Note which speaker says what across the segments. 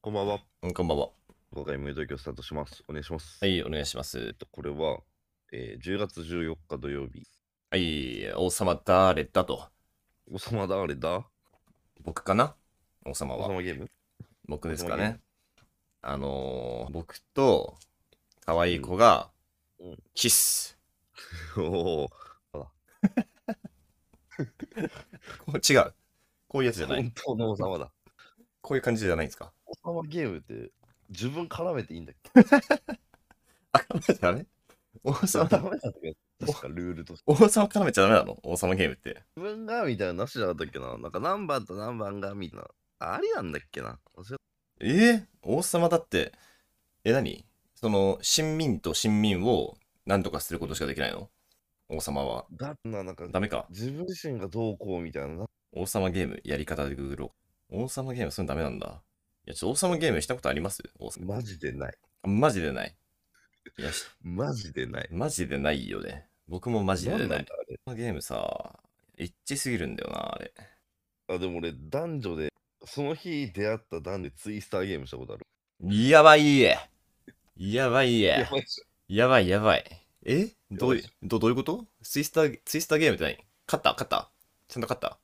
Speaker 1: こんばんは。
Speaker 2: うんこんばんは。
Speaker 1: 今回ムード業スタートします。お願いします。
Speaker 2: は
Speaker 1: え
Speaker 2: い、お願いします
Speaker 1: っ。と、これは、えー10月14日土曜日。
Speaker 2: はい、王様誰だと。
Speaker 1: 王様だ、あれだ
Speaker 2: 僕かな王様
Speaker 1: 王
Speaker 2: は。
Speaker 1: 様ゲーム
Speaker 2: 僕ですか
Speaker 1: 王様ゲー
Speaker 2: ね。あのー、僕と可愛い子が
Speaker 1: うんうん、
Speaker 2: キス。
Speaker 1: おお。
Speaker 2: こう違う。こういうやつじゃない。
Speaker 1: 本当の王様だ。
Speaker 2: こういう感じじゃないんですか。
Speaker 1: 王様ゲームって、自分絡めていいんだっけ
Speaker 2: あ、絡めちゃダメ王様、
Speaker 1: 絡めちゃったっけ確かルールとして。
Speaker 2: 王様絡めちゃダメなの王様ゲームって。
Speaker 1: 自分がみたいなのなしじゃなかったっけななんか何番と何番がみたいな。ありなんだっけな忘れ
Speaker 2: えー、王様だって、え、何その、親民と親民を何とかすることしかできないの王様は。
Speaker 1: だってな、なんか、
Speaker 2: ダメか。
Speaker 1: 自分自身がどうこうみたいな。
Speaker 2: 王様ゲームやり方でググろう。王様ゲームするのダメなんだ。いや、ちょっと王様ゲームしたことあります王様
Speaker 1: マジでない。
Speaker 2: あマジでない。いや、し
Speaker 1: マジでない。
Speaker 2: マジでないよね。僕もマジで
Speaker 1: 何
Speaker 2: な
Speaker 1: なん
Speaker 2: い
Speaker 1: だ。あれ
Speaker 2: 王様ゲームさ、エッチすぎるんだよな、あれ。
Speaker 1: あ、でも俺、男女で、その日出会った男でツイスターゲームしたことある。
Speaker 2: やばいえ。やばいえ。
Speaker 1: ばいっしょ
Speaker 2: やばいやばい。えどうい
Speaker 1: やばい
Speaker 2: どどういうことツイスター、ツイスターゲームって何勝った勝ったちゃんと勝った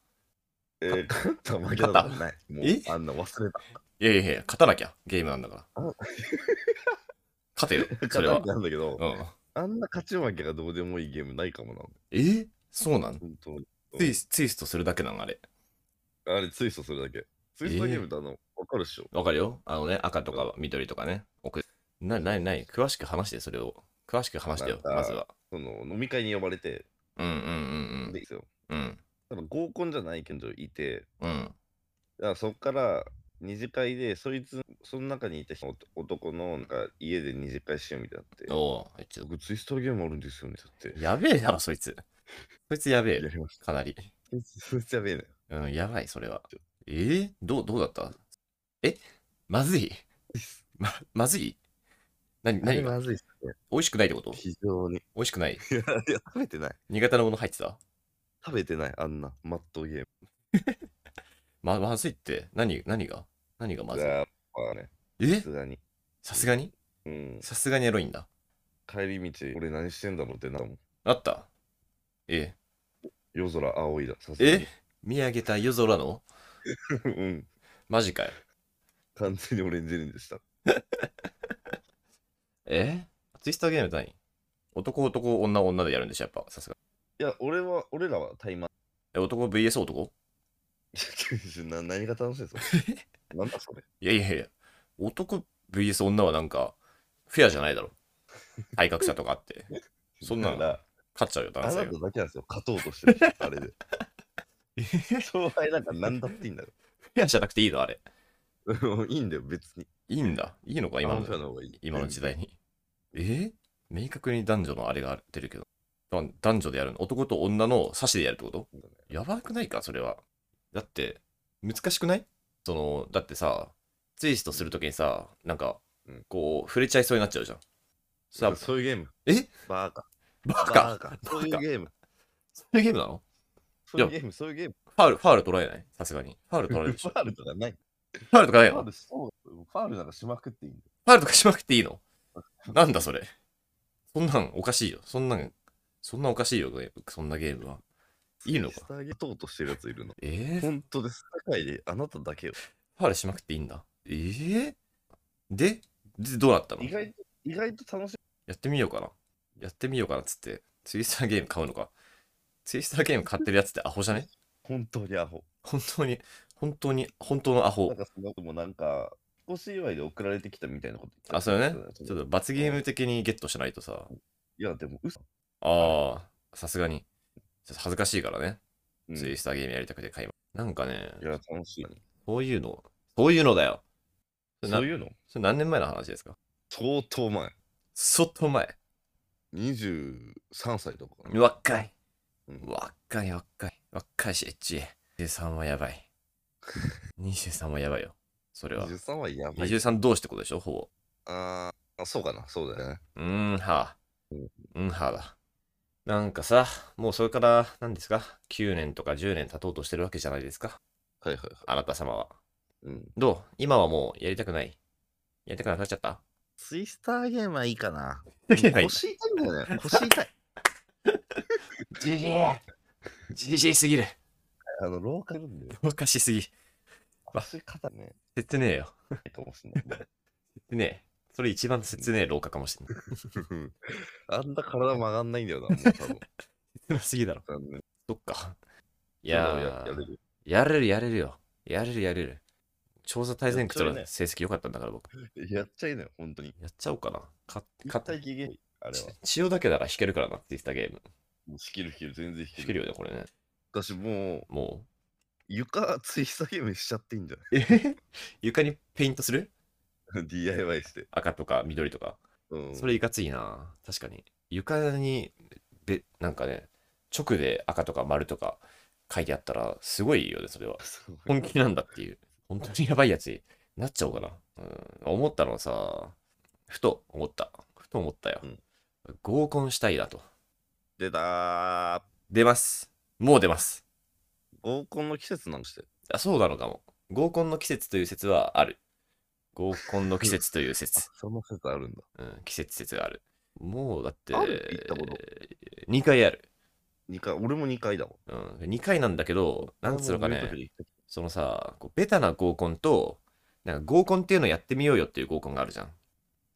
Speaker 1: えー、勝った負けたことない。 もう
Speaker 2: え
Speaker 1: あんな忘れた。
Speaker 2: いやいやいや、勝たなきゃ。ゲームなんだから
Speaker 1: あ。
Speaker 2: 勝てよ、 そ
Speaker 1: 勝
Speaker 2: れ
Speaker 1: た
Speaker 2: は
Speaker 1: ん。なんだけど、
Speaker 2: うん。
Speaker 1: あんな勝ち負けがどうでもいいゲームないかもな。
Speaker 2: えそうなん
Speaker 1: 本当に
Speaker 2: ツイスツイストするだけなのあれ。
Speaker 1: あれ、ツイストするだけ。ツイストゲームってあの、わ、かるっしょ。
Speaker 2: わかるよあのね、赤とか緑とかね。奥な、なになに詳しく話して、それを。詳しく話してよ、
Speaker 1: なんか
Speaker 2: まずは。
Speaker 1: その飲み会に呼ばれて、
Speaker 2: うんうん
Speaker 1: でですよ。
Speaker 2: うんうん。うん。
Speaker 1: 多分合コンじゃないけど、いて、
Speaker 2: うん。
Speaker 1: だからそっから二次会で、そいつ、その中にいた人男のなんか家で二次会しようみたいになって。
Speaker 2: おうちょっ
Speaker 1: 僕ツイストゲームあるんですよね、だって
Speaker 2: と。やべえだろ、そいつ。そいつやべえ
Speaker 1: や。りまし
Speaker 2: かなり。
Speaker 1: た。そいつやべえね。
Speaker 2: うん、やばい、それは。えー、どう、どうだったえまずいま、まずい何、
Speaker 1: あれ
Speaker 2: 何が
Speaker 1: まずいっすね。
Speaker 2: 美味しくないってこと
Speaker 1: 非常に。い
Speaker 2: 美味しくない
Speaker 1: や、いや食べてない。
Speaker 2: 苦手なもの入ってた
Speaker 1: 食べてない、あんな、マットゲーム。
Speaker 2: ま、まずいって何、何が何がまずい
Speaker 1: やっぱね、さ
Speaker 2: え
Speaker 1: すがに。
Speaker 2: さすがに
Speaker 1: うん。
Speaker 2: さすがにエロいんだ。
Speaker 1: 帰り道、俺何してんだろうってなるもん。
Speaker 2: あったえ
Speaker 1: 夜空青いだ、さすがに
Speaker 2: え。見上げた夜空の
Speaker 1: うん。
Speaker 2: マジかよ。
Speaker 1: 完全にオレンジレンジでした。
Speaker 2: えツイスターゲームって何男男女女でやるんでしょやっぱさすが。
Speaker 1: いや、俺は、俺らはタイマー。
Speaker 2: え男 VS 男
Speaker 1: ちょ な何が楽しいんですかなんだそれ。
Speaker 2: いやいやいや。男 VS 女はなんかフェアじゃないだろ。体格差とかあって。そんな
Speaker 1: だ
Speaker 2: の
Speaker 1: から
Speaker 2: 勝っちゃうよ
Speaker 1: あ
Speaker 2: 男
Speaker 1: なた
Speaker 2: 性
Speaker 1: だ
Speaker 2: が。
Speaker 1: けなんですよ、勝とうとしてる人、あれで。障害なんか何だっていいんだ
Speaker 2: フェアじゃなくていいのあれ。
Speaker 1: よ。いいんだよ、別に。
Speaker 2: いいんだ。いいのか今
Speaker 1: あなた
Speaker 2: の
Speaker 1: 方がいい
Speaker 2: 今の時代に。え明確に男女のあれが出るけど。だ男女でやるの男と女の差しでやるってこと
Speaker 1: そうだね
Speaker 2: やばくないかそれは。だって、難しくないその、だってさ、ツイストするときにさ、なんか
Speaker 1: うん、
Speaker 2: こう、触れちゃいそうになっちゃうじゃん。さあ、
Speaker 1: そういうゲーム。
Speaker 2: え
Speaker 1: バーカ。
Speaker 2: バカ
Speaker 1: カ。そういうゲーム。
Speaker 2: そういうゲームなの
Speaker 1: そういうゲーム、そういうゲーム。
Speaker 2: ファール、ファール取られないさすがに。ファール取られるでし
Speaker 1: フ
Speaker 2: ょ。
Speaker 1: ァールとかない。
Speaker 2: ファールとかない
Speaker 1: フ
Speaker 2: の
Speaker 1: ァー
Speaker 2: フ
Speaker 1: ルそうファールなんかしまくっていいんだよ。
Speaker 2: ァールとかしまくっていいのなんだそれ。そんなんおかしいよ。そんなん、そんなんおかしいよ、ゲームそんなゲームは。いいのか
Speaker 1: スターゲトーとしてるやついるの。
Speaker 2: えー、フ
Speaker 1: 本当です。世界であなただけよ。
Speaker 2: ァールしまくっていいんだ。えー、で、で、どうなったの
Speaker 1: 意外と、意外と楽しい。
Speaker 2: やってみようかな。やってみようかなっつって、ツイスターゲーム買うのか。ツイスターゲーム買ってるやつってアホじゃね
Speaker 1: 本当にアホ。
Speaker 2: 本当に、本当に、本当のアホ
Speaker 1: なん。かそのもなんか、少し祝いで送られてきたみたいなこと言ってた
Speaker 2: あ、そうよね。ちょっ
Speaker 1: い
Speaker 2: と罰ゲーム的にゲットしないとさ。
Speaker 1: や、でも嘘。
Speaker 2: ああ、さすがに。ちょっと恥ずかしいからね。
Speaker 1: うん
Speaker 2: ツイスターゲームやりたくて買いまなんかね、
Speaker 1: いや、楽しい。
Speaker 2: そういうの、そういうのだよ。それな
Speaker 1: そういうの
Speaker 2: それ何年前の話ですか
Speaker 1: 相当前。
Speaker 2: そっと前。
Speaker 1: 23歳とかかな。
Speaker 2: 若い
Speaker 1: うん。
Speaker 2: 若い若い。若いし、エッチ。23はやばい。23はやばいよ。それは。
Speaker 1: 23はやばい。
Speaker 2: 23同士ってことでしょほ
Speaker 1: あーあ、そうかな。そうだよね。
Speaker 2: ぼ。うーんは
Speaker 1: う
Speaker 2: ー
Speaker 1: ん。
Speaker 2: うんはーだ。なんかさ、もうそれから、何ですか ?9 年とか10年経とうとしてるわけじゃないですか。
Speaker 1: はいはいはい。
Speaker 2: あなた様は。
Speaker 1: うん。
Speaker 2: どう今はもうやりたくないやりたくなくなっちゃった
Speaker 1: ツイスターゲームはいいかな。
Speaker 2: はい
Speaker 1: 腰痛いんだよね。腰痛い。
Speaker 2: じじいじじいすぎる。
Speaker 1: あの、ローカルなんだ よ。
Speaker 2: おかしすぎ。わ
Speaker 1: 腰肩ね。
Speaker 2: 切ねえよ。
Speaker 1: ないかもしんない。
Speaker 2: 切ねえ。それ一番切ねえ廊下かもしれない。
Speaker 1: あんな体曲がんないんだよな、もう多分。
Speaker 2: 切なすぎだろ。
Speaker 1: 残念
Speaker 2: そっか。い
Speaker 1: でも
Speaker 2: や
Speaker 1: や
Speaker 2: ー
Speaker 1: やれる
Speaker 2: やれるやれるよ。やれるやれる。調査大全区と
Speaker 1: いやそれね
Speaker 2: の成績良かったんだから僕。
Speaker 1: やっちゃいなよ、本当に。
Speaker 2: やっちゃおうかな。か
Speaker 1: 一
Speaker 2: 勝
Speaker 1: 体機嫌いいあれは。
Speaker 2: 千代だけなら弾けるからな、ツイスターゲーム。
Speaker 1: もうスキルスキル、全然弾
Speaker 2: 弾け
Speaker 1: け
Speaker 2: る
Speaker 1: る。
Speaker 2: よね、これね。
Speaker 1: 私もう、
Speaker 2: も
Speaker 1: 床ツイスターゲームしちゃっていいんじゃ
Speaker 2: う。え床にペイントする
Speaker 1: ない ?DIY して。
Speaker 2: 赤とか緑とか。
Speaker 1: うん。
Speaker 2: それいかついな。確かに。床に、べなんかね、直で赤とか丸とか書いてあったら、すごいよね、それは。
Speaker 1: そう
Speaker 2: 本気なんだっていう。本当にやばいやつになっちゃおうかな。うん、思ったのはさ、ふと思った。ふと思ったよ。
Speaker 1: うん
Speaker 2: 合コンしたいなと。
Speaker 1: 出たー。
Speaker 2: 出ます。もう出ます。
Speaker 1: 合コンの季節なんして。
Speaker 2: あ、そうなのかも。合コンの季節という説はある。合コンの季節という
Speaker 1: あ
Speaker 2: 説。
Speaker 1: その説あるんだ。
Speaker 2: うん、季節説がある。もうだって、
Speaker 1: ある行ったこと
Speaker 2: 2回ある。
Speaker 1: 二回、俺も2回だもん。
Speaker 2: うん、2回なんだけど、なんつうのか
Speaker 1: 俺も言
Speaker 2: ね、
Speaker 1: う時
Speaker 2: そのさ、こうベタな合コンと、なんか合コンっていうのやってみようよっていう合コンがあるじゃん。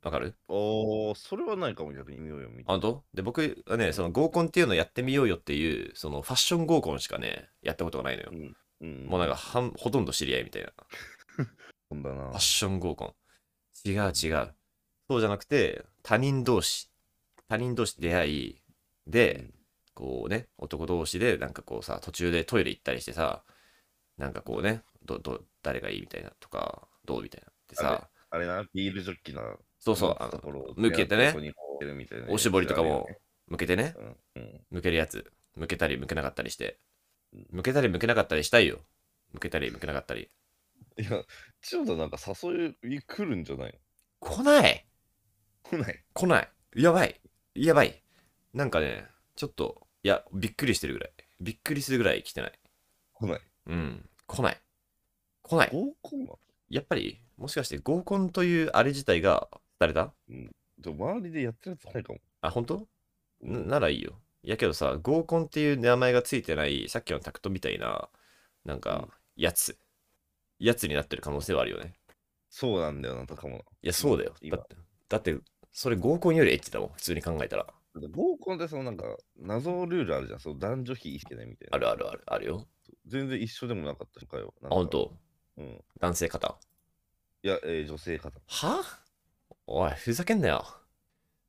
Speaker 2: わかる
Speaker 1: おー、それはないかも、逆に見ようよ、みた
Speaker 2: あ
Speaker 1: い
Speaker 2: 本当で、僕はね、その合コンっていうのやってみようよっていう、そのファッション合コンしかね、やったことがないのよ。
Speaker 1: な。うん。
Speaker 2: もうなん
Speaker 1: か、
Speaker 2: か半、ほとんど知り合いみたいな。
Speaker 1: んだな
Speaker 2: ファッ。ション合コン。違う違う。そうじゃなくて、他人同士。他人同士出会い、
Speaker 1: う
Speaker 2: で
Speaker 1: ん、
Speaker 2: こうね、男同士で、なんかこうさ、途中でトイレ行ったりしてさ、なんかこうね、ど、ど、誰がいいみたいなとか、どうみたいな。で
Speaker 1: あ
Speaker 2: さ、
Speaker 1: あれな、ビールジョッキな。
Speaker 2: そうそう、あ
Speaker 1: とこ
Speaker 2: の、
Speaker 1: ろを
Speaker 2: 向けてね
Speaker 1: ここにこうやるみたいな
Speaker 2: おしぼりとかも向けてね
Speaker 1: やつ、あるよね。うん。
Speaker 2: 向けるやつ。向けたり向けなかったりして
Speaker 1: うん。
Speaker 2: 向けたり向けなかったりしたいよ。向けたり向けなかったり。
Speaker 1: うん、いや、千代田なんか誘い来るんじゃない
Speaker 2: 来ない
Speaker 1: の来ない。
Speaker 2: 来ない。やばい。やばい。なんかね、ちょっと、いや、びっくりしてるぐらい。びっくりするぐらい来てない。
Speaker 1: 来ない。
Speaker 2: うん。来ない。来ない。
Speaker 1: 合コンは
Speaker 2: やっぱり、もしかして合コンというあれ自体が誰だ
Speaker 1: でも周りでやってるやつないかも。
Speaker 2: あ、本当
Speaker 1: う
Speaker 2: な
Speaker 1: ん
Speaker 2: ならいいよ。やけどさ、合コンっていう名前がついてない、さっきのタクトみたいな、なんか、やつ。やつになってる可能性はあるよね。
Speaker 1: そうなんだよな、とかもな。
Speaker 2: いや、そうだよ。
Speaker 1: 今
Speaker 2: だって、だって、それ合コンよりエッチだもん、普通に考えたら。
Speaker 1: だって合コンってそのなんか謎ルールあるじゃん。その男女比いけないみたいな。
Speaker 2: あるあるある、あるよ。
Speaker 1: 全然一緒でもなかったし、会話。あ
Speaker 2: あ、本当
Speaker 1: うん。
Speaker 2: 男性方。
Speaker 1: いや、えー女性方。
Speaker 2: はおい、ふざけんなよ。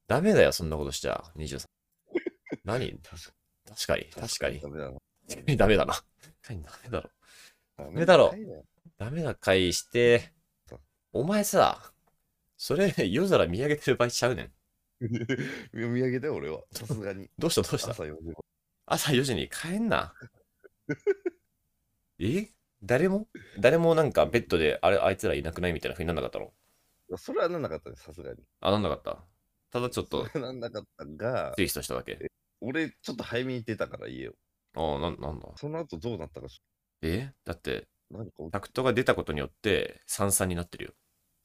Speaker 2: ダメだよ、そんなことしちゃ。23。何
Speaker 1: 確か
Speaker 2: 確かに、確かに。
Speaker 1: ダメだな。
Speaker 2: 確かにダメだな。確かにダメだろ。
Speaker 1: ダ
Speaker 2: メだろ
Speaker 1: なよ
Speaker 2: ダメな会して、お前さ、それ夜空見上げてる場合ちゃうねん。
Speaker 1: 見上げて、俺は。さすがに。
Speaker 2: どうしたどうした
Speaker 1: 朝4時頃
Speaker 2: 朝4時に帰 んな。え誰も誰もなんかベッドであれあいつらいなくないみたいな風になんなかったの
Speaker 1: いやそれはなんなかったね、さすがに。
Speaker 2: あ、なんなかった。ただちょっ
Speaker 1: そ
Speaker 2: と
Speaker 1: れはなんなかったが
Speaker 2: ツ、イストしただけ。
Speaker 1: 俺、ちょっと早めに出たから家を。
Speaker 2: ああ、なんなんだ。
Speaker 1: その後どうなったかし
Speaker 2: えだって
Speaker 1: なんかお
Speaker 2: タクトが出たことによって三々になってるよ。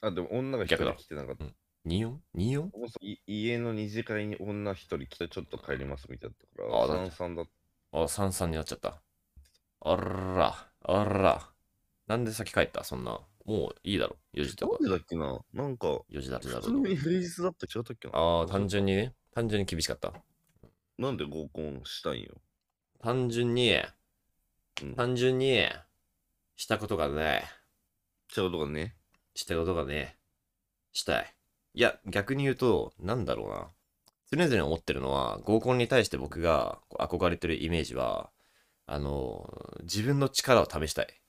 Speaker 1: あ、でも女が一
Speaker 2: 逆
Speaker 1: 人
Speaker 2: だ
Speaker 1: 来てなかった。
Speaker 2: 24?24?
Speaker 1: もうそうい家の二次会に女一人来て、ちょっと帰りますみたいな
Speaker 2: あ
Speaker 1: だか
Speaker 2: だ
Speaker 1: ら、三
Speaker 2: って
Speaker 1: 三だっ
Speaker 2: あ、33になっちゃった。あら、あら。なんで先帰ったそんな。もういいだろ。4時
Speaker 1: た。
Speaker 2: と
Speaker 1: な
Speaker 2: か
Speaker 1: ん。でだっけななんか、
Speaker 2: 4時だろ、4時だ
Speaker 1: 普
Speaker 2: ろ
Speaker 1: 通に平日だったら違ったっけな
Speaker 2: ああ、単純にね。単純に厳しかった。
Speaker 1: なんで合コンしたんよ。
Speaker 2: 単純に、
Speaker 1: うん
Speaker 2: 単純に、したことがね、
Speaker 1: ちゃうとかね。
Speaker 2: したことがね、したい。いや、逆に言うと、なんだろうな。常々思ってるのは、合コンに対して僕がこう憧れてるイメージは、あの、自分の力を試したい。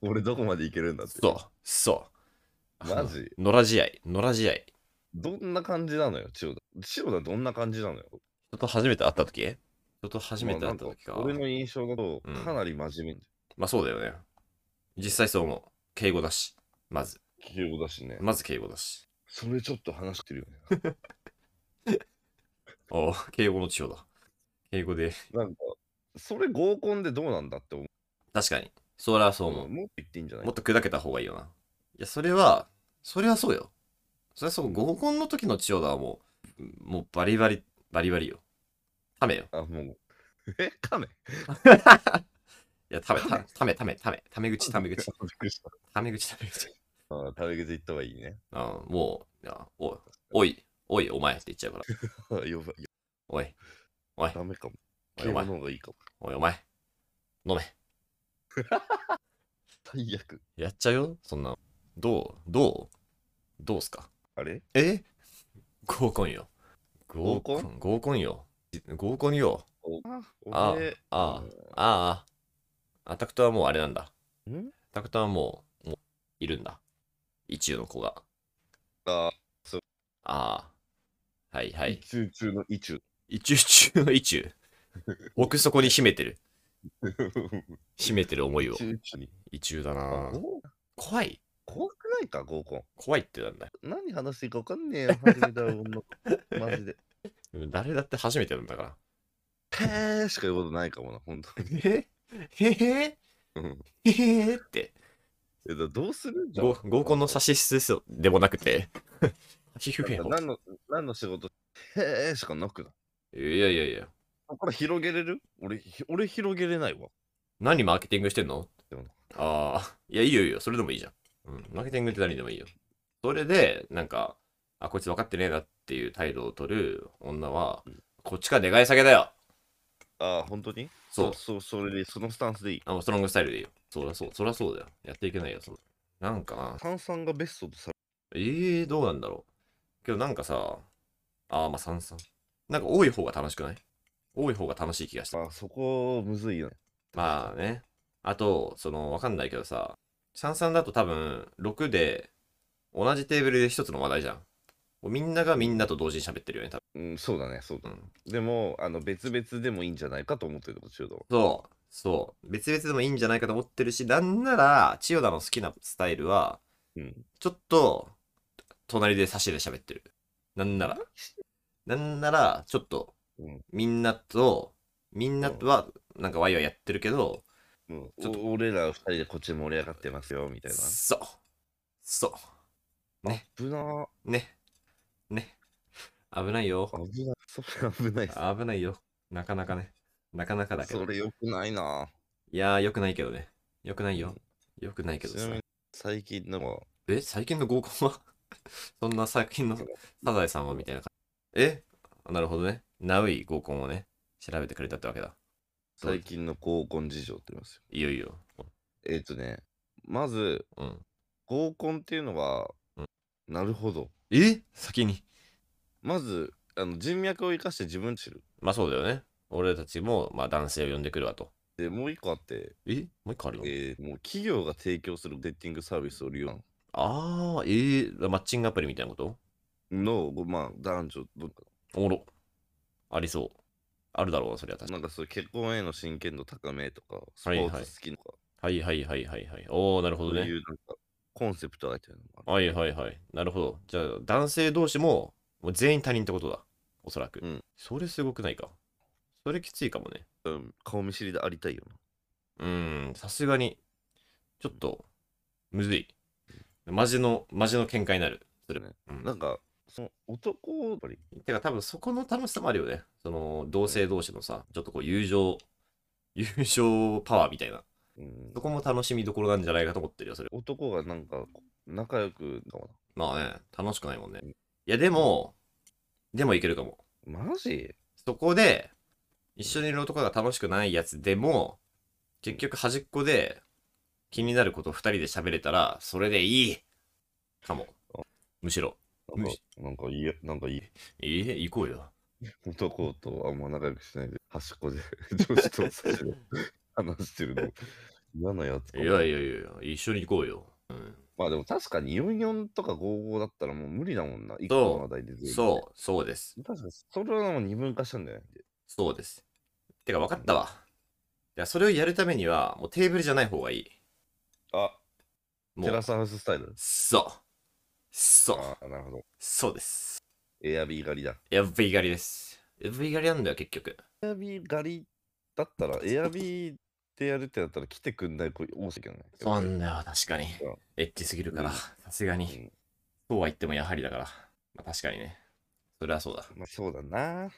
Speaker 1: 俺どこまでいけるんだって。
Speaker 2: そう、そう。
Speaker 1: マジ
Speaker 2: あの野良試合、野良試合。
Speaker 1: どんな感じなのよ、千代田。千代田どんな感じなのよ。
Speaker 2: 人と初めて会った時人と初めて会った時か。
Speaker 1: まあなん俺の印象だと
Speaker 2: うん、
Speaker 1: かなり真面目で。
Speaker 2: まあそうだよね。実際そう思う。敬語だし。まず。
Speaker 1: 器用だしね。
Speaker 2: まず敬語だし。
Speaker 1: それちょっと話してるよね。
Speaker 2: おう敬語の地方だ。敬語で。
Speaker 1: なんか、それ合コンでどうなんだって思う。
Speaker 2: 確かに。そりゃそう思う。
Speaker 1: もっと言っていいんじゃない
Speaker 2: もっと砕けた方がいいよな。いや、それは、それはそうよ。それはそう、合コンの時の千代田はもう、もうバリバリ、バリバリよ。ためよ。
Speaker 1: あ、もう。 え、カ メ
Speaker 2: いや、ため、ため、ため、ため、ため、ため口、ため口、
Speaker 1: びっくりした。
Speaker 2: ため口、ため口。
Speaker 1: あ食べ口行った方がいいね。
Speaker 2: うん、もう、いやおい、おい、おい、お前って言っちゃうから。
Speaker 1: あやばい。
Speaker 2: おい、おい、
Speaker 1: ダメかも。
Speaker 2: おい、お
Speaker 1: 敬語
Speaker 2: 前、
Speaker 1: の方がいいかも。
Speaker 2: おい、お前、飲め。
Speaker 1: 最悪。
Speaker 2: やっちゃうよ、そんなの。どうどうどうすか
Speaker 1: あれ
Speaker 2: え合コンよ。合
Speaker 1: コン
Speaker 2: コン合コンよ。合コンよ。
Speaker 1: あ
Speaker 2: あ
Speaker 1: 俺、
Speaker 2: ああ、ああ。あ、タクトはもうあれなんだ。
Speaker 1: ん
Speaker 2: タクトはもう、もういるんだ。一応の子が。
Speaker 1: あ、
Speaker 2: ああ。はいはい。
Speaker 1: 一中中の 一中。
Speaker 2: 一応中の一応。僕そこに秘めてる。秘めてる思いを
Speaker 1: 一。中中に。
Speaker 2: 一応だ
Speaker 1: あ
Speaker 2: な
Speaker 1: お
Speaker 2: 怖い。
Speaker 1: 怖くないか、合コン。
Speaker 2: 怖いってなんだよ。
Speaker 1: 何話していいか分かんねえよ、初めて会う女。マジで。
Speaker 2: 誰だって初めてなんだから。
Speaker 1: へーしか言うことないかもな、本当に。
Speaker 2: えへへ
Speaker 1: うん
Speaker 2: へへって。
Speaker 1: えだからどうするじゃん
Speaker 2: 合合コンの差し出すでもなくて。 ひふへ
Speaker 1: なんか何の何の仕事へーしかなくない
Speaker 2: いやいやいや。
Speaker 1: これ広げれる俺ひ俺広げれないわ
Speaker 2: 何マーケティングしてんの
Speaker 1: でも
Speaker 2: ああ、いや、いいよいいよ、それでもいいじゃん。うん、マーケティングって何でもいいよ。それで、なんか、あ、こいつ分かってねえなっていう態度を取る女は、こっちから願い下げだよ
Speaker 1: ああ本当に
Speaker 2: そう
Speaker 1: そうそれでそのスタンスでいい
Speaker 2: あ、もうストロングスタイルでいいよ。そりゃそう、そりゃそうだよ。やっていけないよ、そう。なんかな、
Speaker 1: 炭酸がベストとさ
Speaker 2: えー、どうなんだろう。けどなんかさ、あー、まあ、三々。なんか多い方が楽しくない多い方が楽しい気がした。
Speaker 1: あそこむずいよね
Speaker 2: まあね。あと、その、わかんないけどさ、33だと多分、6で、同じテーブルで一つの話題じゃん。もうみんながみんなと同時に喋ってるよね、多
Speaker 1: うんそうだねそうだ、
Speaker 2: 分。
Speaker 1: でもあの別々でもいいんじゃないかと思ってる途中だわ
Speaker 2: そう、そう。別々でもいいんじゃないかと思ってるし、なんなら、千代田の好きなスタイルは、
Speaker 1: うん
Speaker 2: ちょっと、隣で差しで喋ってる。なんなら。なんなら、ちょっと
Speaker 1: うん、
Speaker 2: みんなと、みんなは、なんかワイワイやってるけど、
Speaker 1: うん
Speaker 2: ちょっと
Speaker 1: お俺ら二人でこっち盛り上がってますよみたいな
Speaker 2: そう。そう。
Speaker 1: 危な
Speaker 2: ね。ね。危ないよ。
Speaker 1: 危ないそれ危ないっす
Speaker 2: 危ないよ。なかなかね。なかなかだけど
Speaker 1: そ。れ良くないない
Speaker 2: やー、よくないけどね。よくないよ。よくないけど
Speaker 1: ちな
Speaker 2: さ
Speaker 1: み。に最近のは
Speaker 2: え、最近の合コンは そんな最近のサザエさんはみたいな感じ。えなるほどね。ナウイ合コンをね、調べてくれたってわけだ。
Speaker 1: 最近の合コン事情って言いますよ
Speaker 2: いよいよ。
Speaker 1: えっ、とねまず
Speaker 2: うん。
Speaker 1: 合コンっていうのは、
Speaker 2: うん
Speaker 1: なるほど
Speaker 2: え先に。
Speaker 1: まずあの人脈を生かして自分知る
Speaker 2: まあそうだよね。俺たちも、まあ男性を呼んでくるわと。
Speaker 1: でもう一個あって、
Speaker 2: えもう一個あるの
Speaker 1: えーもう企業が提供するデーティングサービスを利用な
Speaker 2: あー、えー、マッチングアプリみたいなこと
Speaker 1: ののまあ男女どっか
Speaker 2: おもろ。ありそう。あるだろう、それは確か
Speaker 1: なんかそう結婚への真剣度高めとかスポ
Speaker 2: はいはい
Speaker 1: ーツ好きとか、
Speaker 2: はいはいはいはいはい。おー、なるほど
Speaker 1: そうい
Speaker 2: ね。
Speaker 1: うなんかコンセプトが入ってるのもあ
Speaker 2: はいはいはい。なるほど。じゃあ、男性同士ももう全員他人ってことだ。おそらく。
Speaker 1: うん
Speaker 2: それすごくないか。それきついかもね。
Speaker 1: るうん顔見知りでありたいよな
Speaker 2: うーん、さすがに、ちょっと、むずい。マジの、マジの見解になる。それ
Speaker 1: ね。
Speaker 2: うん
Speaker 1: なんかその男をやっぱり
Speaker 2: てか多分そこの楽しさもあるよね。その、同性同士のさ、ちょっとこう友情、友情パワーみたいな。
Speaker 1: うん
Speaker 2: そこも楽しみどころなんじゃないかと思ってるよ、それ。
Speaker 1: 男がなんか仲良くかも
Speaker 2: まあね、楽しくないもんね。
Speaker 1: うん
Speaker 2: いや、でも、でもいけるかも。
Speaker 1: なマジ
Speaker 2: そこで、一緒にいる男が楽しくないやつでも、結局端っこで気になることを二人で喋れたら、それでいいかも。むしろ。
Speaker 1: なん
Speaker 2: む
Speaker 1: か
Speaker 2: し
Speaker 1: なんかいいやなんかいい
Speaker 2: いいえ、行こうよ。
Speaker 1: 男とあんま仲良くしないで端っこで 女子と最 初話してるの嫌なやつか
Speaker 2: い
Speaker 1: も
Speaker 2: やいやいやいや、一緒に行こうよ。
Speaker 1: まあでも確かに44とか55だったらもう無理だもんな1個の話題で全員
Speaker 2: そう、そうです。
Speaker 1: 確かにそれはもう二分化したんだよね
Speaker 2: そうです。てか分かったわ。いや、それをやるためには、もうテーブルじゃない方がいい。
Speaker 1: あ
Speaker 2: も
Speaker 1: テラ
Speaker 2: う、
Speaker 1: スハウススタイル
Speaker 2: そう。そう。
Speaker 1: ああなるほど
Speaker 2: そうです。
Speaker 1: エアビー狩りだ
Speaker 2: エアビー狩りです。エアビー狩りなんだよ、結局。
Speaker 1: エアビー狩りだったらエアビーてやるってなったら来てくんない子多いけどね。
Speaker 2: そうなんだよ、確かに
Speaker 1: うん。
Speaker 2: エッチすぎるから、
Speaker 1: うん
Speaker 2: さすが
Speaker 1: う
Speaker 2: に。
Speaker 1: ん
Speaker 2: そうは言ってもやはりだから。まあ確かにね。それはそうだ。
Speaker 1: まあそうだな。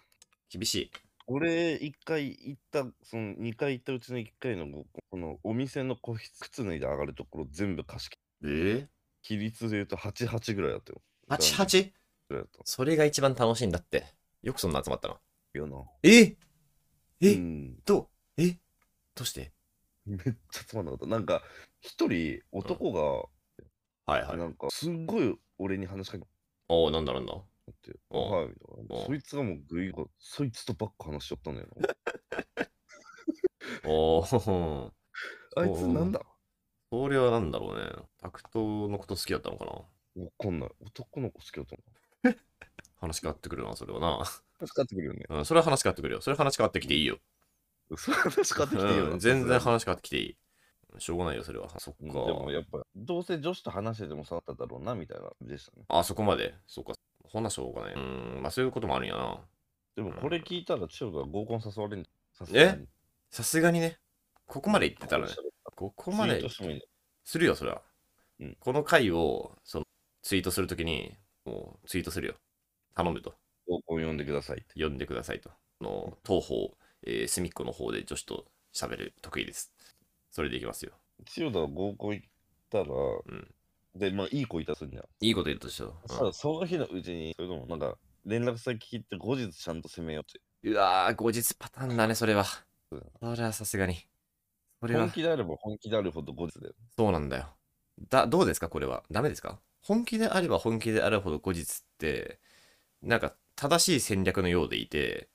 Speaker 2: 厳しい。
Speaker 1: 俺、一回行った、その二回行ったうちの一回のご、このお店の個室、靴脱いで上がるところ全部貸し切
Speaker 2: え
Speaker 1: 比率で言うと88ぐらいだったよ。
Speaker 2: ?88?
Speaker 1: ぐらいだっ
Speaker 2: それが一番楽しいんだって。よくそんな集まったな。
Speaker 1: たよな。
Speaker 2: ええ
Speaker 1: うん
Speaker 2: と、えどうして
Speaker 1: めっちゃつまんなかった。なんか、一人男が、
Speaker 2: はいはい。
Speaker 1: なんか、すっごい俺に話しかけて
Speaker 2: おおなんだなんだ。
Speaker 1: きて、
Speaker 2: おう
Speaker 1: はい、みたい
Speaker 2: おう
Speaker 1: な。そいつがもうグイグイ、そいつとばっか話しちゃった んだよ
Speaker 2: おお
Speaker 1: な。 あいつなんだ
Speaker 2: それはなんだろうね。タクトのこと好きだったのかな
Speaker 1: わかんない。男の子好きだと思う。
Speaker 2: 話変わってくるな、それはな。
Speaker 1: 話変わってくるよね。
Speaker 2: うん、それは話変わってくるよ。それ話変わってきていいよ。
Speaker 1: それ話変わってきていいよ
Speaker 2: う
Speaker 1: な。
Speaker 2: ん全然
Speaker 1: さ
Speaker 2: 話変わってきていい。しょうがないよ、それは。そっ
Speaker 1: すがに
Speaker 2: か。
Speaker 1: うんでもやっぱ、どうせ女子と話してても触っただろうな、みたいな感じでしたね。
Speaker 2: あそこまで。そっか。ほなしょうがない。うん、まあそういうこともあるんやな。
Speaker 1: でもこれ聞いたら、千代が合コン誘われんさす
Speaker 2: え
Speaker 1: がに
Speaker 2: さすがにね。ここまで言ってたらね
Speaker 1: ツ。
Speaker 2: ここま
Speaker 1: イ
Speaker 2: で
Speaker 1: ートしてもいいんだ
Speaker 2: するよ、それは。
Speaker 1: うん
Speaker 2: この回をそのツイートするときに、もうツイートするよ。頼むと。
Speaker 1: 合コン呼んでくださいって。
Speaker 2: 呼んでくださいと。の東方、えー隅っこの方で女子と喋る得意です。それでいきますよ。
Speaker 1: 千代田は合コン行ったら、
Speaker 2: ん
Speaker 1: で、まあ、いい子いたらするじゃん。
Speaker 2: いいこと言ったでしょ。
Speaker 1: さあ、その日のうちに、それともなんか、連絡先聞いて後日ちゃんと攻めようっ
Speaker 2: うんうわー、後日パターンだね、それは。
Speaker 1: うん
Speaker 2: それはさすがに。そ
Speaker 1: て。
Speaker 2: れは
Speaker 1: 本気であれば本気であるほど後日だよ。
Speaker 2: そうなんだよ。だ、どうですかこれは。ダメですか本気であれば本気であるほど後日って、なんか正しい戦略のようでいて、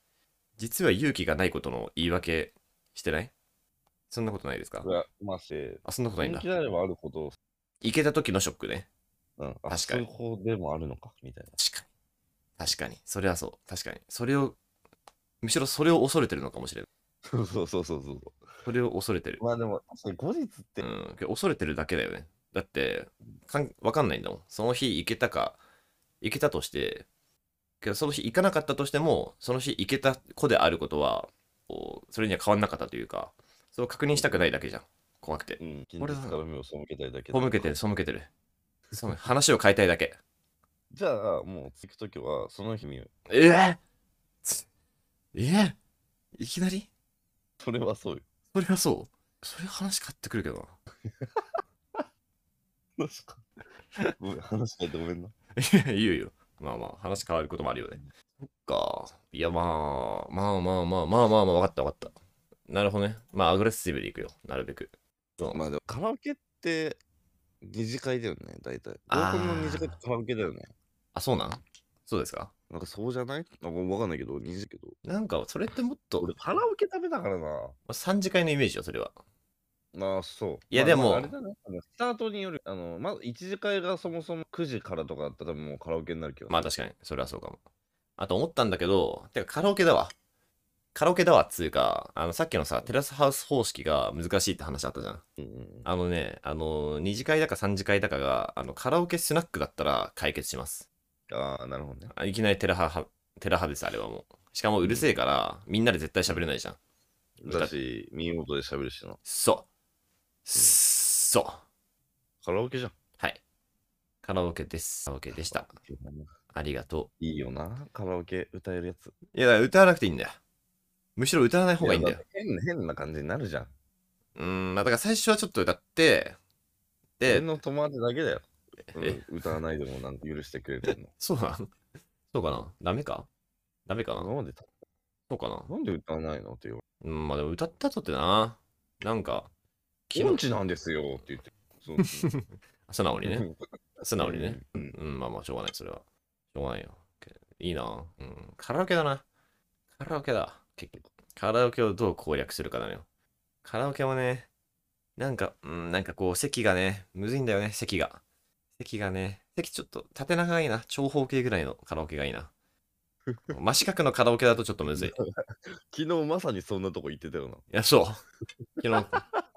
Speaker 2: 実は勇気がないことの言い訳してないそんなことないですか
Speaker 1: それはまあして、
Speaker 2: あ、そんなことないん
Speaker 1: 本
Speaker 2: だ
Speaker 1: 気。であればあるほど、
Speaker 2: 行けた時のショックね。
Speaker 1: うん、あ
Speaker 2: 確かに
Speaker 1: そういう方でもあるのか、みたいな。
Speaker 2: 確かに。確かに。それはそう。確かに。それを、むしろそれを恐れてるのかもしれない。
Speaker 1: そうそうそうそうそ
Speaker 2: それを恐れてる
Speaker 1: う。。まあでも、確かに後日って、
Speaker 2: うん、けど恐れてるだけだよね。だって、かんわかんないんだもん。その日行けたか、行けたとして、けどその日行かなかったとしても、その日行けた子であることは、こうそれには変わんなかったというか、それを確認したくないだけじゃん。怖くて
Speaker 1: う。ん、現
Speaker 2: 俺
Speaker 1: 実
Speaker 2: は
Speaker 1: から目を背けたいだけだ
Speaker 2: 背けてる、背けてる。そう話を変えたいだけ。
Speaker 1: じゃあ、もう、着くときは、その日に、
Speaker 2: ええええいきなり
Speaker 1: それはそうよ。
Speaker 2: それはそう。それ話変わってくるけどな。
Speaker 1: 確かに。ごめん、話しないとごめ んな。
Speaker 2: いや、言うよ。まあまあ、話変わることもあるよね。そっか。いや、まあ、まあまあまあまあまあまあ、分かった分かった。なるほどね。まあ、アグレッシブでいくよ。なるべく。そう
Speaker 1: まあでも、カラオケって、二次会だよね、大体。
Speaker 2: あー
Speaker 1: 合コンの二次会ってカラオケだよね。
Speaker 2: あ、そうなんそうですか
Speaker 1: なんかそうじゃないなんかわかんないけど、2時けど。
Speaker 2: なんか、それってもっと
Speaker 1: 俺、、カラオケ食べだからな。
Speaker 2: 3次会のイメージよ、それは。
Speaker 1: まあ、そう。
Speaker 2: いや
Speaker 1: まあ
Speaker 2: でも
Speaker 1: まああれだね。あのスタートによる、あの、まず1時会がそもそも9時からとかだったらもうカラオケになるけど。
Speaker 2: まあ、確かに、それはそうかも。あと思ったんだけど、てか、カラオケだわ。カラオケだわっつうか、あの、さっきのさ、テラスハウス方式が難しいって話あったじゃん。
Speaker 1: うんうん
Speaker 2: あのね、あの、2次会だか3次会だかが、あの、カラオケスナックだったら解決します。
Speaker 1: ああ、なるほどね。
Speaker 2: あいきなりテラハは、テラハです、あれはもう。しかもうるせえから、みんなで絶対喋れないじゃん。歌
Speaker 1: だし、耳元で喋るしな。
Speaker 2: そう。そう。
Speaker 1: カラオケじゃん。
Speaker 2: はい。カラオケです。カラオケでした。ありがと
Speaker 1: いいよな、カラオケ歌えるやつ。
Speaker 2: う。いや、だから歌わなくていいんだよ。むしろ歌わない方がいいんだよ
Speaker 1: や。。って変変な感じになるじゃん。
Speaker 2: うーん、まあだから最初はちょっと歌って、
Speaker 1: 俺
Speaker 2: で、
Speaker 1: の友達だけだよ。うん
Speaker 2: え
Speaker 1: 歌わないでもなんか許してくれて るの。
Speaker 2: そうなんそうかなダメかダメかな
Speaker 1: 今までた
Speaker 2: そうかな
Speaker 1: なんで歌わないのって言 わ
Speaker 2: うん、まあでも歌った後ってな、なんか、
Speaker 1: れて。音痴なんですよって言って。そうそう
Speaker 2: 素直にね。素直にね。
Speaker 1: うん
Speaker 2: うん、まあまあ、しょうがない、それは。しょうがないよ。けいいな。うん、カラオケだな。カラオケだ。結局。カラオケをどう攻略するかだよ。カラオケもね、なんか、うん、なんかこう、席がね、むずいんだよね、席が。席がね、席ちょっと縦長がいいな。長方形ぐらいのカラオケがいいな。真四角のカラオケだとちょっとむずい。い
Speaker 1: 昨日まさにそんなとこ行ってたよな。
Speaker 2: や、そう。昨日、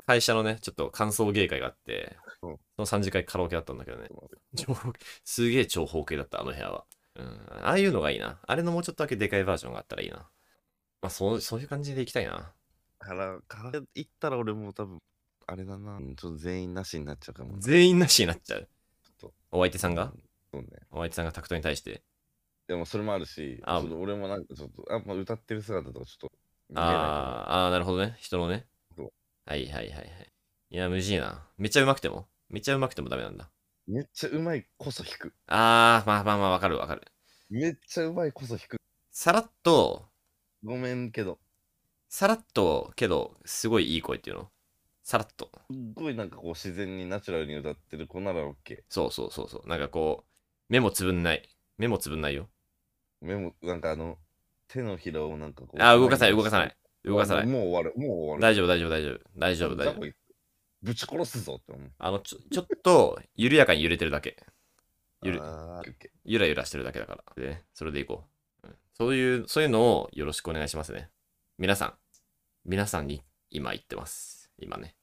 Speaker 2: 会社のね、ちょっと感想芸会があって、
Speaker 1: う
Speaker 2: そ
Speaker 1: ん
Speaker 2: の3次会カラオケだったんだけどね。長方形すげえ長方形だったあの部屋は、うん、ああいうのがいいなあれのもうちょっとだけでかいバージョンがあったらいいなまあそうそういう感じでいきたいな
Speaker 1: から、から行ったら俺もう多分、あれだな、うんちょっと全員なしになっちゃうかもな。
Speaker 2: 全員なしになっちゃう
Speaker 1: ちょっと。
Speaker 2: お相手さんが
Speaker 1: そうね。
Speaker 2: お相手さんがタクトに対して。
Speaker 1: でもそれもあるし、
Speaker 2: あ
Speaker 1: その俺もなんかちょっと、あんま歌ってる姿とかちょっと見えないか
Speaker 2: あーあー、なるほどね。人のね
Speaker 1: そう。
Speaker 2: はいはいはいはい。いや、むじいな。めっちゃうまくても。めっちゃうまくてもダメなんだ。
Speaker 1: ら。めっちゃうまいこそ弾く。
Speaker 2: ああ、まあまあまあ、わかるわかる。
Speaker 1: めっちゃうまいこそ弾く。
Speaker 2: さらっと、
Speaker 1: ごめんけど、
Speaker 2: さらっと、けど、すごいいい声っていうの。さらっと。
Speaker 1: すっごいなんかこう自然にナチュラルに歌ってる子なら OK。
Speaker 2: そうそうそうそう。なんかこう、目もつぶんない。目もつぶんないよ。
Speaker 1: 目も、なんかあの、手のひらをなんかこう。。
Speaker 2: ああ、動かさない、動かさないい。動かさない。
Speaker 1: もう終わる、もう終わる。
Speaker 2: 大丈夫、大丈夫、大丈夫。大丈夫、大
Speaker 1: なん
Speaker 2: 丈
Speaker 1: だこ
Speaker 2: 夫。
Speaker 1: いつぶち殺すぞって思う。
Speaker 2: あの、ちょ、ちょっと、緩やかに揺れてるだけ。ゆる
Speaker 1: あー OK
Speaker 2: ゆらゆらしてるだけだから。でね、それでいこう、うんそういう、そういうのをよろしくお願いしますね。皆さん。皆さんに今言ってます。今ね。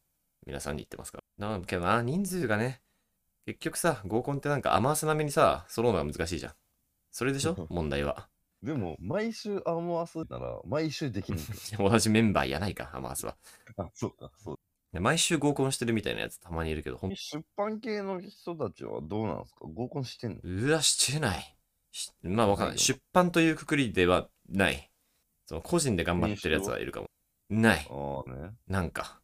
Speaker 2: 皆さんに言ってますから。なけどな、人数がね、結局さ、合コンってなんか甘さなめにさ、揃うのが難しいじゃん。それでしょ問題は。
Speaker 1: でも、毎週アーモアスなら、毎週できるんだ
Speaker 2: 同じメンバーやないか、甘さは。
Speaker 1: あ、そうか、そう。
Speaker 2: で毎週合コンしてるみたいなやつたまにいるけど、ほん
Speaker 1: 出版系の人たちはどうなんですか合コンしてんの
Speaker 2: うわ、してない。しまあわかんな
Speaker 1: ない
Speaker 2: い。
Speaker 1: の
Speaker 2: 出版というくくりではない。その個人で頑張ってるやつはいるかも。ない。
Speaker 1: ああね。
Speaker 2: なんか。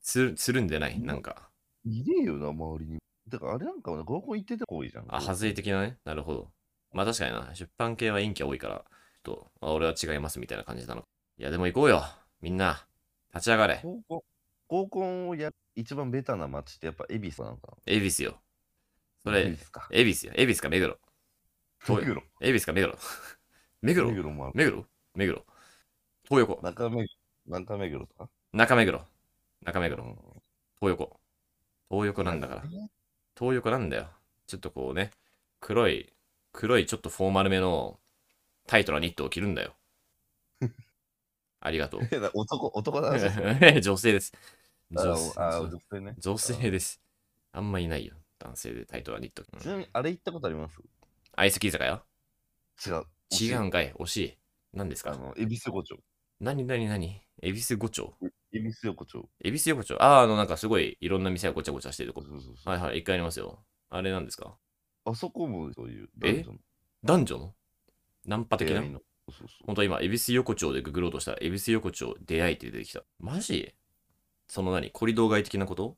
Speaker 2: つる、つるんでない。
Speaker 1: うん
Speaker 2: なんか。
Speaker 1: いねえよな、周りに。だからあれなんかはね、合コン行ってた方がいいじゃん。
Speaker 2: あ、はずい的なね。なるほど。まあ確かにな。出版系は陰気多いから、ちょっと、あ俺は違いますみたいな感じなの。いや、でも行こうよ。みんな。立ち上がれ。
Speaker 1: 合コン。合コンをやる一番ベタな街ってやっぱ恵比寿なのかな
Speaker 2: 恵比寿よ。そ
Speaker 1: 恵
Speaker 2: れ
Speaker 1: 比、寿か。
Speaker 2: 恵比寿よ。恵比寿か目黒。遠い
Speaker 1: 目黒。
Speaker 2: 恵比寿か目黒。 目黒
Speaker 1: 目黒もある。
Speaker 2: 目黒目黒。東横。
Speaker 1: 中目黒。中目黒とか。
Speaker 2: 中目黒。中目黒。
Speaker 1: うん
Speaker 2: 東横。東横なんだから。東横なんだよ。ちょっとこうね、黒い、黒いちょっとフォーマルめのタイトなニットを着るんだよ。あり がとう。
Speaker 1: えだ 男、男 だし。
Speaker 2: 女性です。
Speaker 1: あ
Speaker 2: 女
Speaker 1: ーあー、
Speaker 2: 性
Speaker 1: 女性ね。
Speaker 2: 女性です。あんまいないよ。男性でタイトなニット。うん
Speaker 1: ちなみに、あれ行ったことあります
Speaker 2: アイスキー酒屋
Speaker 1: 違う。。
Speaker 2: 違うんんかい。惜しい。何です
Speaker 1: あ
Speaker 2: か
Speaker 1: の、恵比寿横丁。
Speaker 2: 何何何恵比寿五丁
Speaker 1: 恵比寿横丁。
Speaker 2: 恵比寿横丁ああ、あの、なんかすごいいろんな店がごちゃごちゃしてると
Speaker 1: そう
Speaker 2: こ。
Speaker 1: そうそう
Speaker 2: はいはい、一回ありますよ。あれなんですか
Speaker 1: あそこもそういう
Speaker 2: え
Speaker 1: 男女の
Speaker 2: 男女のナンパ的
Speaker 1: 出
Speaker 2: な
Speaker 1: 会いの。そうそうそう
Speaker 2: 本当今、恵比寿横丁でググろうとしたら、恵比寿横丁出会いって出てきた。マジその何コリドー街的なこと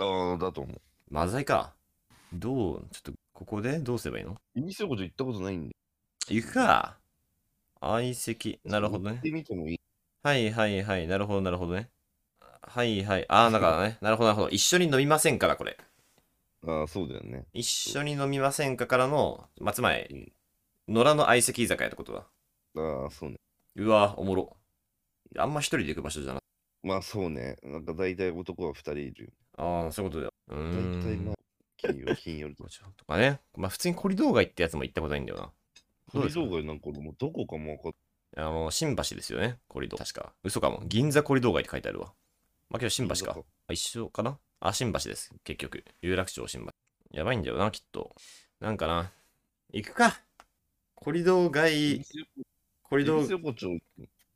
Speaker 1: ああ、だと思う。
Speaker 2: マザイか。どう、ちょっと、ここでどうすればいいの
Speaker 1: 恵比寿横丁行ったことないんで。
Speaker 2: 行くか。相席。なるほど
Speaker 1: 行
Speaker 2: ね
Speaker 1: っ。てみてもいい。
Speaker 2: はいはいはい。なるほど、なるほどね。はいはい。ああ、だからね。なるほど、なるほど。一緒に飲みませんかだ、これ。
Speaker 1: ああ、そうだよね。
Speaker 2: 一緒に飲みませんかからの、まあ、つま
Speaker 1: うん
Speaker 2: り、野良の相席居酒屋ってことだ。
Speaker 1: ああ、そうね。
Speaker 2: うわ、おもろ。あんま一人で行く場所じゃない。
Speaker 1: まあそうね。なんか大体男は2人いるよ。
Speaker 2: ああ、そういうことだよ。う
Speaker 1: 大
Speaker 2: ーん。
Speaker 1: 体まあ、金曜、金曜と
Speaker 2: ご
Speaker 1: か。
Speaker 2: ちゃとかね。まあ普通にコリドー街ってやつも行ったことないんだよどう
Speaker 1: 鳥
Speaker 2: ですか
Speaker 1: 障害なんか俺もうどこかも分かっ
Speaker 2: な。あの、新橋ですよね、コリドー。確か。嘘かも。銀座コリドー街って書いてあるわ。まあけど新橋か。一緒かなあ、新橋です。結局。有楽町新橋。やばいんだよな、きっと。なんかな。行くか。コリドー
Speaker 1: 恵比
Speaker 2: 街、
Speaker 1: 寿横
Speaker 2: コリド
Speaker 1: 恵比寿
Speaker 2: ー、
Speaker 1: 横丁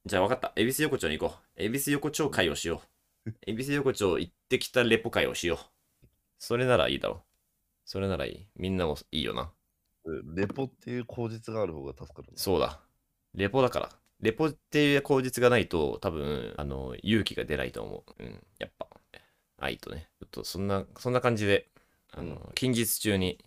Speaker 2: じゃあ分かった。恵比寿横丁に行こう。恵比寿横丁会をしよ う。恵比寿横丁行ってきたレポ会をしよう。それならいいだろう。それならいい。みんなもいいよな。
Speaker 1: レポっていう口実がある方が助かるね。
Speaker 2: そうだ。レポだから。レポっていう口実がないと、多分、あの、勇気が出ないと思う。うん。やっぱ、愛とね。ちょっと、そんな、そんな感じで、あの、近日中に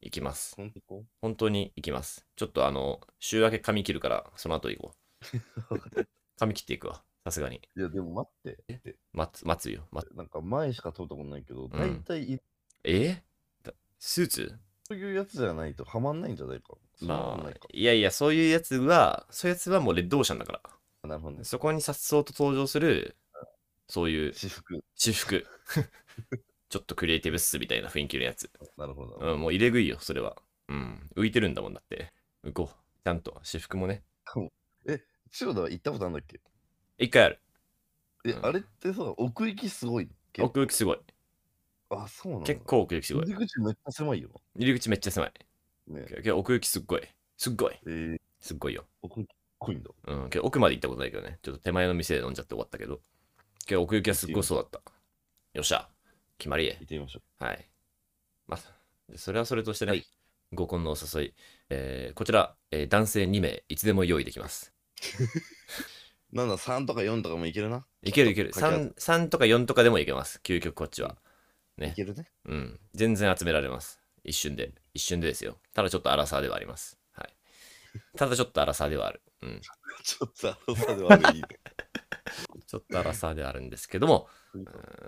Speaker 2: 行きます。
Speaker 1: 本当こ
Speaker 2: 本当に行きます。ちょっと、あの、週明け髪切るから、その後行こう。 髪切っていくわ。さすがに。
Speaker 1: ういやでも待ってって。
Speaker 2: 待つ、待つよ。待つ
Speaker 1: なんか前しか通ったことないけど、大体い
Speaker 2: えだスーツ
Speaker 1: そういうやつじゃないとハマんないんじゃないか。そんなこと
Speaker 2: ま
Speaker 1: な
Speaker 2: あ
Speaker 1: いか、
Speaker 2: いやいや、そういうやつは、そういうやつはもうレッドオーシャンだから。
Speaker 1: なるほどね。
Speaker 2: そこに颯爽と登場する、そういう
Speaker 1: 私服。
Speaker 2: 私服 ちょっとクリエイティブっすみたいな雰囲気のやつ、
Speaker 1: なるほど。
Speaker 2: うん、もう入れ食いよそれはうん浮いてるんだもんだって浮こうちゃんと私服もね
Speaker 1: 千代田は行ったことあるんだっけ
Speaker 2: 一回ある
Speaker 1: え、
Speaker 2: うん
Speaker 1: あれってさ、奥行きすごいっけ
Speaker 2: 奥行きすごい
Speaker 1: あ、そうなんだ。
Speaker 2: 結構奥行きすごい
Speaker 1: 入り口めっちゃ狭いよ
Speaker 2: 入り口めっちゃ狭い
Speaker 1: な。ね
Speaker 2: けど奥行きすっごいすっごい
Speaker 1: えー、
Speaker 2: すっごいよ
Speaker 1: 奥行きこいんだ。
Speaker 2: うん、けど奥まで行ったことないけどね。ちょっと手前の店で飲んじゃって終わったけど。けど奥行きはすっごいそうだった。よっしゃ。決まりえ
Speaker 1: 行っ。てみましょう。
Speaker 2: はい。まあ、それはそれとしてね、
Speaker 1: はい
Speaker 2: 合コンのお誘い。えーこちら、えー男性2名、いつでも用意できます。
Speaker 1: なんだ、3とか4とかもいけるな。
Speaker 2: いけるいける。
Speaker 1: ちょっと掛け合っ
Speaker 2: 3, 3とか4とかでもいけます。究極こっちは。ね
Speaker 1: いける ね。
Speaker 2: うん。全然集められます。一瞬で。一瞬でですよ。ただちょっと荒さではあります。はい。ただちょっと荒さではある。うん。
Speaker 1: ちょっと、あのさで悪 いね。
Speaker 2: ちょっと荒さではあるんですけども、
Speaker 1: うん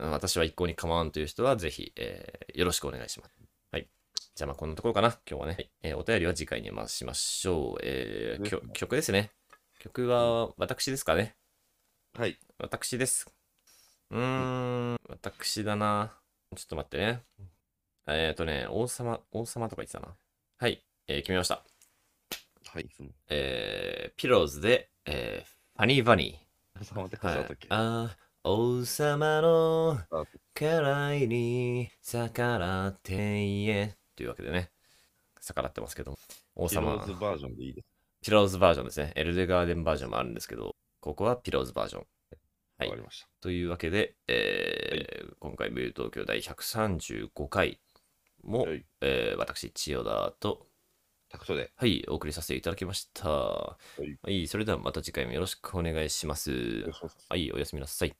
Speaker 2: うん私は一向に構わんという人は、ぜひ、えーよろしくお願いします。はい。じゃあ、まあ、こんなところかな、今日はね。はいえーお便りは次回に回しましょう。えーきょ曲ですね。曲は、私ですかね。
Speaker 1: はい。
Speaker 2: 私です。うーん、私だな。ちょっと待ってね。えっ、とね、王様、王様とか言ってたな。はい、えー決めました。
Speaker 1: はい、いつも。
Speaker 2: えー、ピローズで、えー、ファニーバニー。
Speaker 1: ちょっと待って、こ
Speaker 2: は
Speaker 1: れだ
Speaker 2: い
Speaker 1: ったっけ、
Speaker 2: あー王様の
Speaker 1: あ
Speaker 2: 家来に逆らって言えというわけでね逆らってますけど王
Speaker 1: ピロ
Speaker 2: 様
Speaker 1: ーズバージョンでいいです。
Speaker 2: ピローズバージョンですねエルデガーデンバージョンもあるんですけどここはピローズバージョンは
Speaker 1: わ、
Speaker 2: い
Speaker 1: かりました。
Speaker 2: というわけで、えー今回ビル東京第135回も、
Speaker 1: はい
Speaker 2: えー私千代田と
Speaker 1: タクトで。
Speaker 2: はいお送りさせていただきましたはいい、それではまた次回もよろしくお願いします
Speaker 1: よろしくお願いします
Speaker 2: はいおやすみなさい